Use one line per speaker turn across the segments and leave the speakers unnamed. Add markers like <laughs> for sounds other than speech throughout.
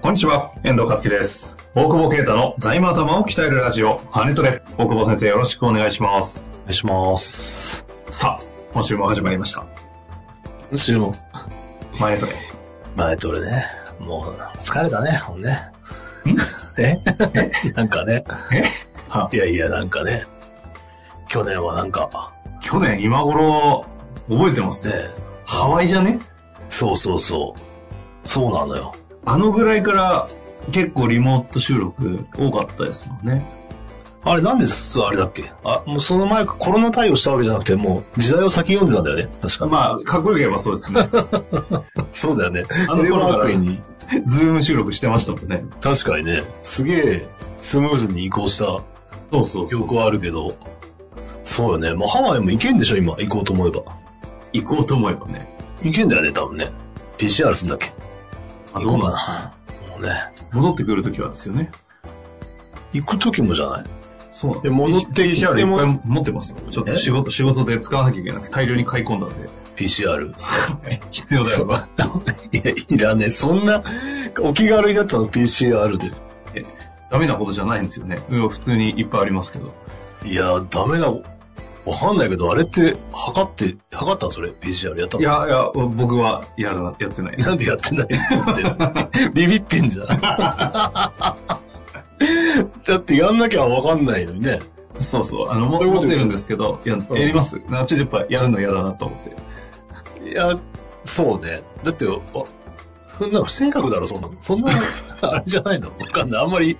こんにちは、遠藤和樹です。大久保啓太の財務頭を鍛えるラジオ、マネトレ。大久保先生、よろしくお願いします。
お願いします。
さあ、今週も始まりました。
今週も、
マネトレ。
前と俺ね、もう、疲れたね、ほんね。
<laughs>
えなんかね、
えあ
いやいや、なんかね、去年はなんか、
去年今頃、覚えてますね。
ね、
ハワイじゃね
そうそうそう、そうなのよ。
あのぐらいから結構リモート収録多かったですもんね。
あれなんで実はあれだっけあ、もうその前コロナ対応したわけじゃなくて、もう時代を先読んでたんだよね、確か。
まあ、かっこよければそうです <laughs> ね。
そうだよね。
あの頃から
テレワークに、
ズーム収録してましたもんね。
確かにね、すげえスムーズに移行した
そうそう
記憶はあるけど、そうよね。もうハワイも行けんでしょ、今、行こうと思えば。
行こうと思えばね。
いけんだよね、多分ね。PCR すんだっけ
あ
行こうか
な。
もうね。
戻ってくるときはですよね。
行く時もじゃない
そうなん
で戻って
PCR いっぱい
でも
持ってますよ。ちょっと仕事、仕事で使わなきゃいけなくて、大量に買い込んだ <laughs> んで。
?PCR。
必要だよ。
いや、いらねえ。そんな、お気軽になったの PCR で。
ダメなことじゃないんですよね。うん普通にいっぱいありますけど。
いや、ダメな、わかんないけど、あれって、測って、測ったそれ ?PCR やった
いやいや、僕はやらなやってない。
なんでやってないのって。ビビってんじゃん。だってやんなきゃわかんないのにね。
<laughs> そうそう。あの、も
そういう
持
こ
っ
と
て
言う
るんですけど、や
うん
やります。なちょっとやっぱやるの嫌だなと思って。
いや、そうね。だって、わそんな不正確だろ、そんなの。そんな、 <laughs> あれじゃないのわかんない。あんまり、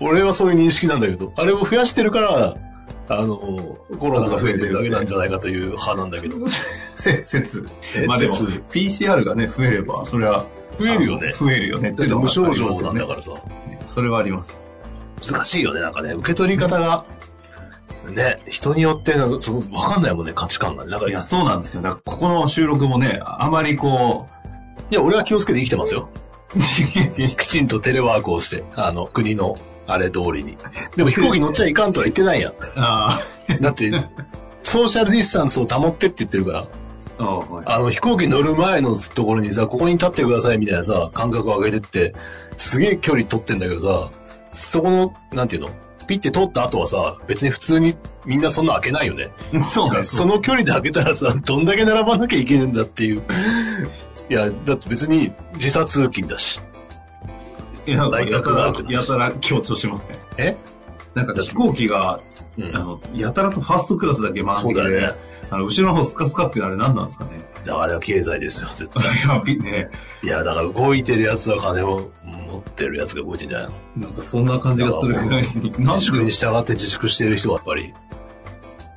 俺はそういう認識なんだけど、あれを増やしてるから、あの、コロナが増えてるだけなんじゃないかという派なんだけど。
せ、説。
え
まあでも、
説
PCR がね、増えれば、それは、
増えるよね
あの増えるよね。
だって無症状な
なんん
だ
だ
か
から
さ。
ら。それはあります。
難しいよね、なんかね。受け取り方が、ね、人によって、その、わかんないもんね、価値観がね。なんか、
い
い
や、そうなんですよ。だから、ここの収録もね、あまりこう、
や、俺は気をつけて生きてますよ。
<laughs>
きちんとテレワークをして、あの、国の、あれ通りに。でも飛行機乗っちゃいかんとは言ってないやん。
あ
だって、ソーシャルディスタンスを保ってって言ってるから、
あ、はい
あの飛行機乗る前のところにさ、ここに立ってくださいみたいなさ、間隔を上げてって、すげえ距離取ってんだけどさ、そこの、なんていうのピッて通った後はさ、別に普通にみんなそんな開けないよね。
そうなんです
その距離で開けたらさ、どんだけ並ばなきゃいけねえんだっていう。いや、だって別に時差通勤だし。
いや、
大学が
やたらやたら強調しますね。
え
なんか飛行機が、
う
あ
ん。
の、やたらとファーストクラスだけ満
そう
席
だ
で、
よね。
あの、後ろの方スカスカっていうのあれ何なんですかね。
だからあれは経済ですよ、絶対。
いや、び <laughs> ね、
いや、だから動いてるやつは金を持ってるやつが動いてんじゃないの
なんかそんな感じがするぐらいに、なん
自粛に
で
従って自粛してる人はやっぱり、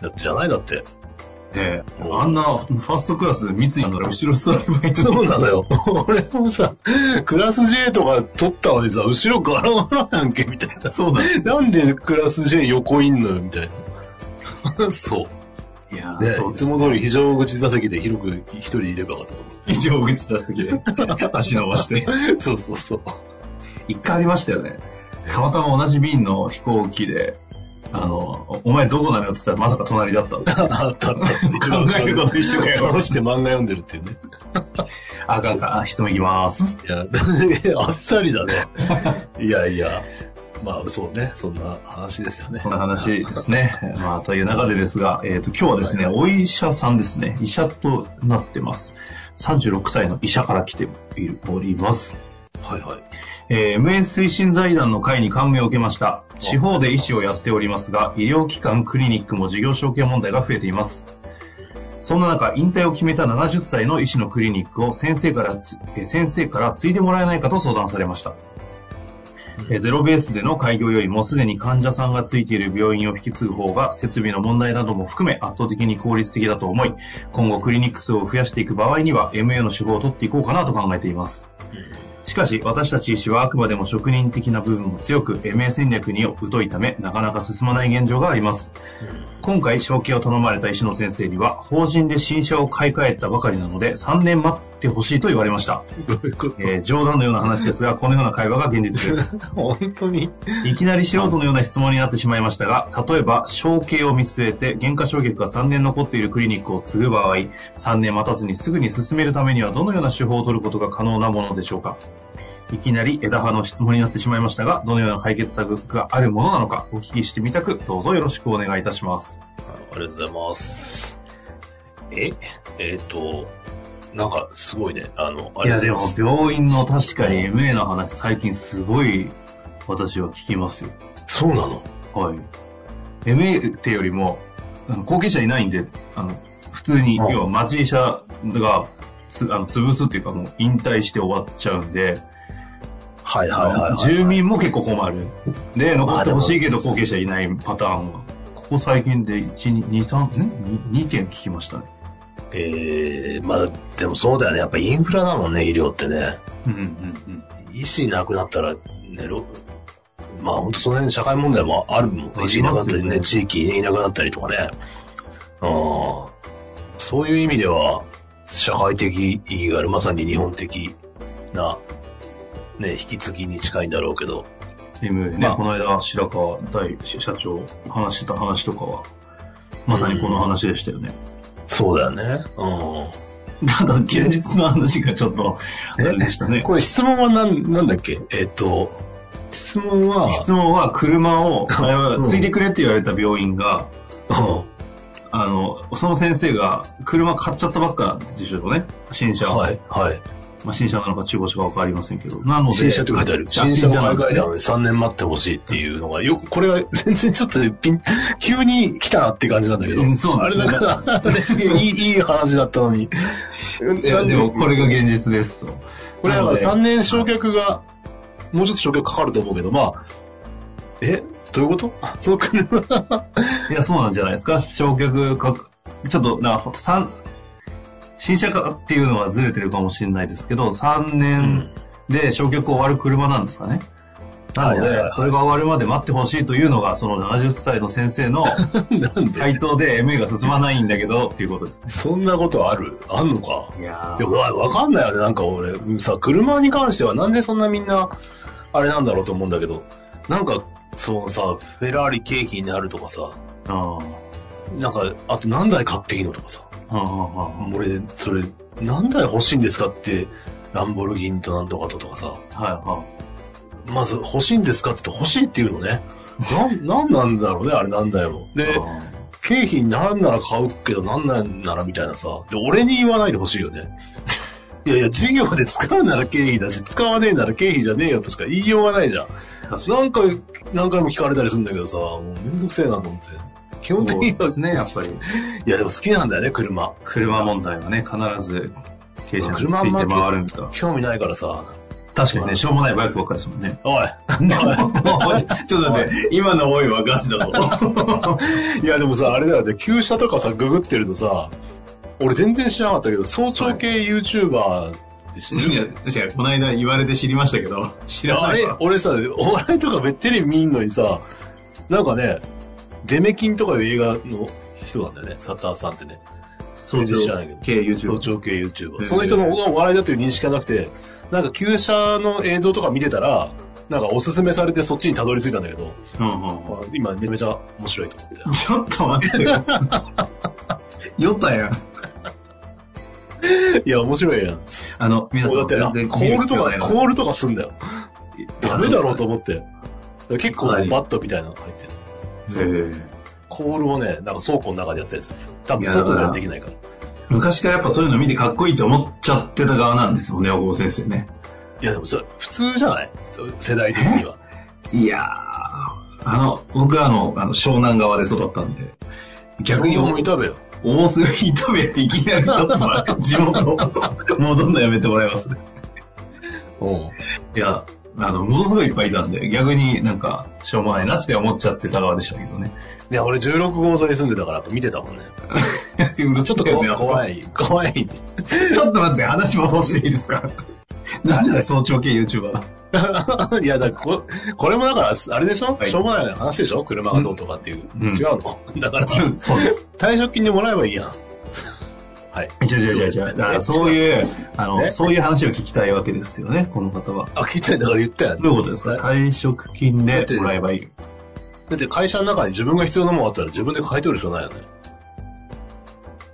だってじゃないだって。 <laughs>
ね、あんなファーストクラス密になったら後ろ座ればいいのに
そうなのよ。 <laughs> 俺もさ、クラス J とか取ったのにさ、後ろガラガラなんけみたいな。 <laughs>
そうなんですよ。
なんでクラス J 横いんのよみたいな。 <laughs> そ
いや
う。ね、
そう
い
です
つも通り非常口座席で広く一人いればよかったと思
非常口出すぎで、足伸ばして。
う。 <laughs> そうそうそう。
一回ありましたよね。たまたま同じ便の飛行機で、あの、お前どこなのよって言ったらまさか隣だったんで
あったあった。
考えること一緒
<laughs>
かよ
楽して漫画読んでるっていうね。
あかんかん、あ質問いきます。
いや、 <laughs> あっさりだ <laughs> ね。いやいや、まあそうね、そんな話ですよね。
そんな話ですね。まあ、という中でですが、えっ、と、今日はですね、お医者さんですね。医者となってます。36歳の医者から来ております。
はいはい。
えー MA 推進財団の会に感銘を受けました。地方で医師をやっておりますが、医療機関、クリニックも事業承継問題が増えています。そんな中、引退を決めた70歳の医師のクリニックを先生からつ、えー先生から継いでもらえないかと相談されました。えーゼロベースでの開業よりもすでに患者さんがついている病院を引き継ぐ方が設備の問題なども含め圧倒的に効率的だと思い、今後クリニック数を増やしていく場合には MA の手法を取っていこうかなと考えています。しかし、私たち医師はあくまでも職人的な部分も強く、MA 戦略に疎いため、なかなか進まない現状があります。今回、承継を頼まれた医師の先生には、法人で新車を買い替えたばかりなので、3年待ってほしいと言われました。
どういうこと、
えー冗談のような話ですが、このような会話が現実です。
本当に。
いきなり素人のような質問になってしまいましたが、例えば、承継を見据えて、原価償却が3年残っているクリニックを継ぐ場合、3年待たずにすぐに進めるためには、どのような手法を取ることが可能なものでしょうかいきなり枝葉の質問になってしまいましたが、どのような解決策があるものなのか、お聞きしてみたく、どうぞよろしくお願いいたします。
あありがとうございます。ええっ、と、なんかすごいね。あの、あ
い
りが
や、
とう
でも
ございます。
病院の確かに MA の話、最近すごい私は聞きますよ。
そうなの
はい。MA ってよりも、あの後継者いないんで、あの、普通に、
うん
要は町医者が、つあの潰すっていうかもう引退して終わっちゃうんで、
はいはいはい、はい。
住民も結構困る。で、残ってほしいけど
まあでも
後継者いないパターンが、ここ最近で1、2、3、ん 2, 件聞きましたね。
ええまあ、でもそうだよね。やっぱインフラだもんね、医療ってね。
うんうん
医師なくなったら、ね、ろまあ本当その辺社会問題もあるもん
あ。
医師いなくなったり
ありますよね
ね、地域にいなくなったりとかね。ああそういう意味では、社会的意義がある、まさに日本的な、ね、引き継ぎに近いんだろうけど、
うん。MA ね、
まあ
この間、白川大社長話してた話とかは、まさにこの話でしたよね。
そうだよね。う
<laughs>
ん。
ただ、現実の話がちょっと、あ
え
れでしたね。
これ質問はなん、なんだっけえっ、と、質問は、
質問は、車を、あれ
う
は
ん
ついてくれって言われた病院が、
うん
あの、その先生が、車買っちゃったばっかなんでしょうね。新車を。
はい、はい。
まあ、新車なのか中古車かわかりませんけど。なので、
新車って書いてある。
あ
新車の
なん
買い
で
替
す
え
ね
なので3年待ってほしいっていうのが、よく、これは全然ちょっとピン、急に来たなって感じなんだけど。
うんそうなん
あ
で
れ
すよ
だから、あれすげえいい、いい話だったのに。
<laughs> いや、でもこれが現実です。
これだから
なので
3年償却が、もうちょっと償却かかると思うけど、まあ、えどういうこと <laughs> あそうか、
いや、そうなんじゃないですか。焼却かく、ちょっと、な、三新車化っていうのはずれてるかもしれないですけど、3年で焼却終わる車なんですかね。なの
はいはいはい
で、それが終わるまで待ってほしいというのが、その70歳の先生
<laughs>
の
なんで、
回答で MA が進まないんだけど、っていうことですね。
そんなことあるあんのか
いや
でもわわかんないよね。なんか俺、さ、車に関してはなんでそんなみんな、あれなんだろうと思うんだけど、なんか、そのさ、フェラーリ経費になるとかさ、
あー
なんか、あと何台買っていいのとかさ、
あーあー
俺、それ、何台欲しいんですかって、ランボルギーニとなんとかととかさ、
あーはいはい。
まず欲しいんですかって言って欲しいっていうのね。なん、なんなんだろうね、あれ何台も。で、
あー
経費なんなら買うけどなんなんならみたいなさ。で、俺に言わないでほしいよね。 <laughs> いやいや、授業で使うなら経費だし、使わねえなら経費じゃねえよとしか言いようがないじゃん。何回、何回も聞かれたりするんだけどさ、もうめんどくせえなと思って。基本的に
そう
は
ですね、やっぱり。
いやでも好きなんだよね、車。
車問題はね、必ず、経営者につ
車あん
い
ま
て回るんですか。
興味ないからさ。
確かにね、しょうもないバイクばっかりですもんね。
おい。
<laughs> ちょっと待って、今の思いはガチだぞ。
いやでもさ、あれだよね、旧車とかさ、ググってるとさ、俺全然知らなかったけど、早朝系 YouTuber って知ってる
いや、確かにこの間言われて知りましたけど、知ら
あ
ない
れ
わ。、
俺さ、お笑いとかべっテレビ見んのにさ、なんかね、デメキンとかいう映画の人なんだよね、サッターさんってね。
早
知らないけど
経営
早
YouTube。
朝系 YouTuber。
ええ
その人のお笑いだという認識がなくて、なんか旧車の映像とか見てたら、なんかおすすめされてそっちにたどり着いたんだけど、
うんうんうん
まあ今めちゃめちゃ面白いと思って。
ちょっと待って <laughs> よ。酔ったやん。 <laughs>
いや、面白いやん。も
あの、皆さ
うだ
ん、
ってな、コールとか、
コー
コールとかすんだよ。ダメだろうと思って。結構
はい
バットみたいなの入ってる。
ル
コールをね、なんか倉庫の中でやったやつ。多
い
分
や
外ではできないから。
昔からやっぱそういうの見てかっこいいと思っちゃってた側なんですもんね、小郷先生ね。
いや、でもそれ普通じゃない世代的には。
いやー、あの、僕はあの、あの湘南側で育ったんで、逆に
思い食べよ。
大須ヒートベっていきなりちょっとさ地元戻るのやめてもらいますね。
うん。
いや、あの、ものすごいいっぱいいたんで、逆になんか、しょうもないなって思っちゃってた側でしたけどね。
いや、俺16号沿いに住んでたから、やっぱ見てたもんね。
ちょっ
ちょっとこ怖。い、怖い。
ちょっと待って、話戻していいですかなんだよ、早朝系 YouTuber。
い <laughs> や、だからここれもだから、あれでしょ、
はい
しょうもない話でしょ車がどうとかっていう。
うん
違うのだから、
そうです。
退職金でもらえばいいやん。はい。
違う違う違う違う。だからそういう、あの、
ね
そういう話を聞きたいわけですよね、この方は。
あ、聞いてないだから言ったやん。
どういうことですか退職金でもらえばいい。
だって会社の中に自分が必要なもんあったら自分で買い取るしかないよね。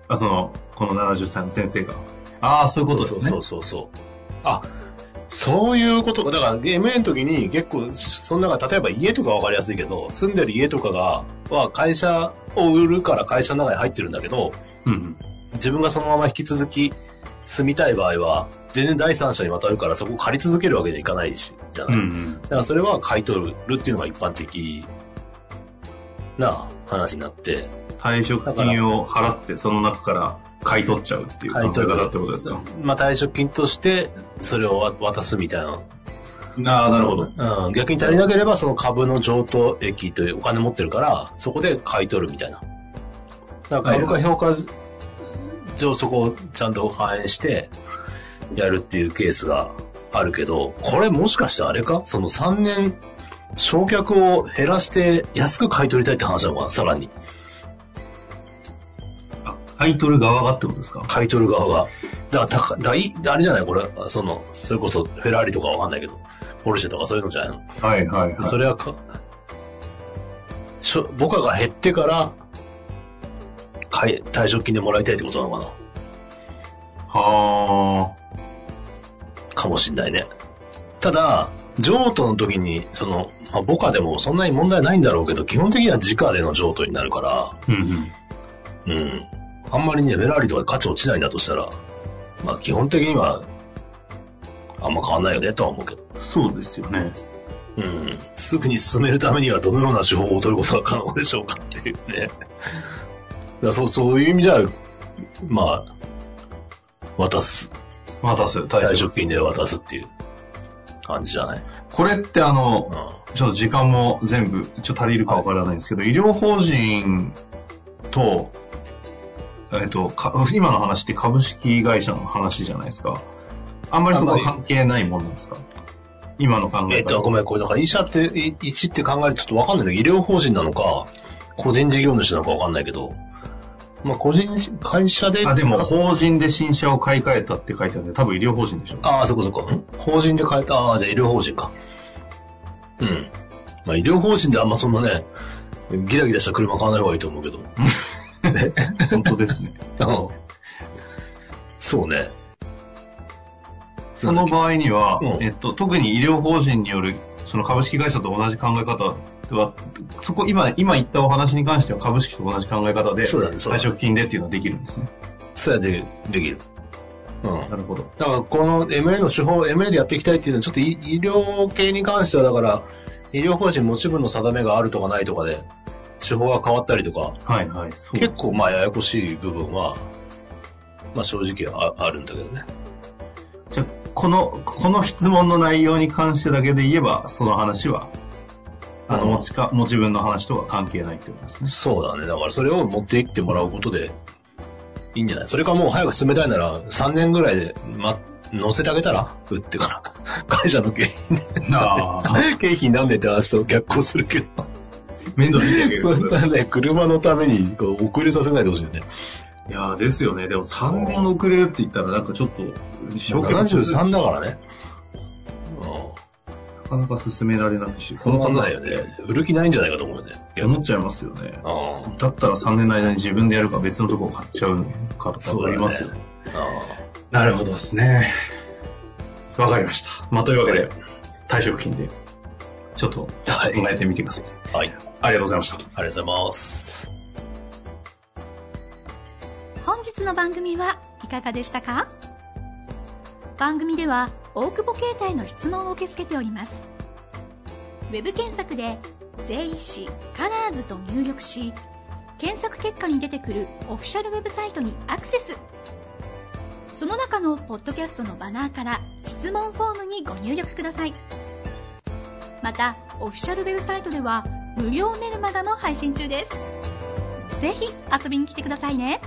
あ、その、この70歳の先生が。ああ、そういうことですね。
そうそうそうそう。あ、そういうことか。だから、MA の時に結構、その中、例えば家とかわかりやすいけど、住んでる家とかが、は会社を売るから会社の中に入ってるんだけど、
うん
自分がそのまま引き続き住みたい場合は、全然第三者に渡るからそこを借り続けるわけにはいかないし、じゃ
う。
なんい。
うんう
だ
ん。
からそれは買い取るっていうのが一般的な話になって、
退職金を払って、その中から買い取っちゃうっていう考え
買い取る
方ってことですよ。
まあ退職金としてそれを渡すみたいな
ああ、なるほど。
うん、逆に足りなければその株の譲渡益というお金持ってるから、そこで買い取るみたいな。だから株価評価上そこをちゃんと反映してやるっていうケースがあるけど、これもしかしてあれかその3年、焼却を減らして安く買い取りたいって話なのかなさらに。
あ買い取る側がってことですか
買い取る側が。だから高、だからいあれじゃないこれ、その、それこそフェラーリとかわかんないけど、ポルシェとかそういうのじゃないの
はいはいはい。
<laughs> それはか、しょ母価が減ってから、かい退職金でもらいたいってことなのか
はあ。
なかもしんないね。ただ、譲渡の時に、その、まあ、母価でもそんなに問題ないんだろうけど、基本的には時価での譲渡になるか
うんうん。
ら、うん。あんまりね、フェラーリとかで価値落ちないんだとしたら、まあ基本的には、あんま変わんないよねとは思うけど。
そうですよね。
うん。すぐに進めるためにはどのような手法を取ることが可能でしょうかっていうね。だ <laughs> からそうそういう意味じゃ、まあ、渡す。
渡す、退
退
職。
職金で渡すっていう感じじゃない。
これってあの
う、ん。
ちょっと時間も全部、ちょっと足りるかわからないんですけど、医療法人と、えっと、か今の話って株式会社の話じゃないですか。あんまりそこは関係ないものなんですか今の考
え
え
っと、
方。
ごめん、これだから医者って、い医師って考えるとちょっとわかんないんだけど、医療法人なのか、個人事業主なのかわかんないけど、まあ個人、会社で。
あ、でも、法人で新車を買い替えたって書いてあるんで、多分医療法人
<laughs>
でしょうね。
ああ、そこそこ。ん法人で変えた。ああ、じゃあ医療法人か。うん。まあ医療法人であんまそんなね、ギラギラした車買わない方がいいと思うけど。 <laughs>
本当ですね。
うんそうね。
その場合には、
うん
えっと、特に医療法人によるその株式会社と同じ考え方は、そこ今、今言ったお話に関しては株式と同じ考え方で、
そうだねそうだ
退
ね
職金でっていうのはできるんですね。
そうやってできる。う
な
ん。
るほど。
だからこの MA の手法、MA でやっていきたいっていうのは、ちょっと医医療系に関しては、だから、医療法人持ち分の定めがあるとかないとかで、手法が変わったりとか、
はいはい。そう
結構まあややこしい部分は、まあ正直ああるんだけどね。
じゃあこの、この質問の内容に関してだけで言えば、その話は、あの、
うん
持ちか、持ち分の話とは関係ないってことですね。
そうだね。だからそれを持っていってもらうことでいいんじゃないそれかもう早く進めたいなら3年ぐらいで、ま、乗せてあげたら売ってから。 <laughs> 会社の経費
ああ、
に、経費になんでって話と逆行するけど。
<laughs> 面倒見てあげる
そんなね、車のためにこう遅れさせないでほしいよね。
いやーですよね。でも3年遅れるって言ったら、なんかちょっと、消極的
73だからね。
なかなか進められないし、
そんな
考
こ
え
とないよね。売る気ないんじゃないかと思うよね。
思っちゃいますよね。
あ
だったら3年の間に自分でやるか別のとこを買っちゃうかと
そ
か
うだ
あ
ね
りますよね。
あ
なるほどですね。わかりました。まあ、というわけで、退職金で、ちょっと考
はい。はい。あ
えてみてください。
りがとう
ありがとうございました。
ございます。
本日の番組はいかがでしたか番組では大久保携帯の質問を受け付けておりますウェブ検索で「税理士カラーズと入力し検索結果に出てくるオフィシャルウェブサイトにアクセスその中のポッドキャストのバナーから質問フォームにご入力くださいまたオフィシャルウェブサイトでは無料メルマガも配信中ですぜひ遊びに来てくださいね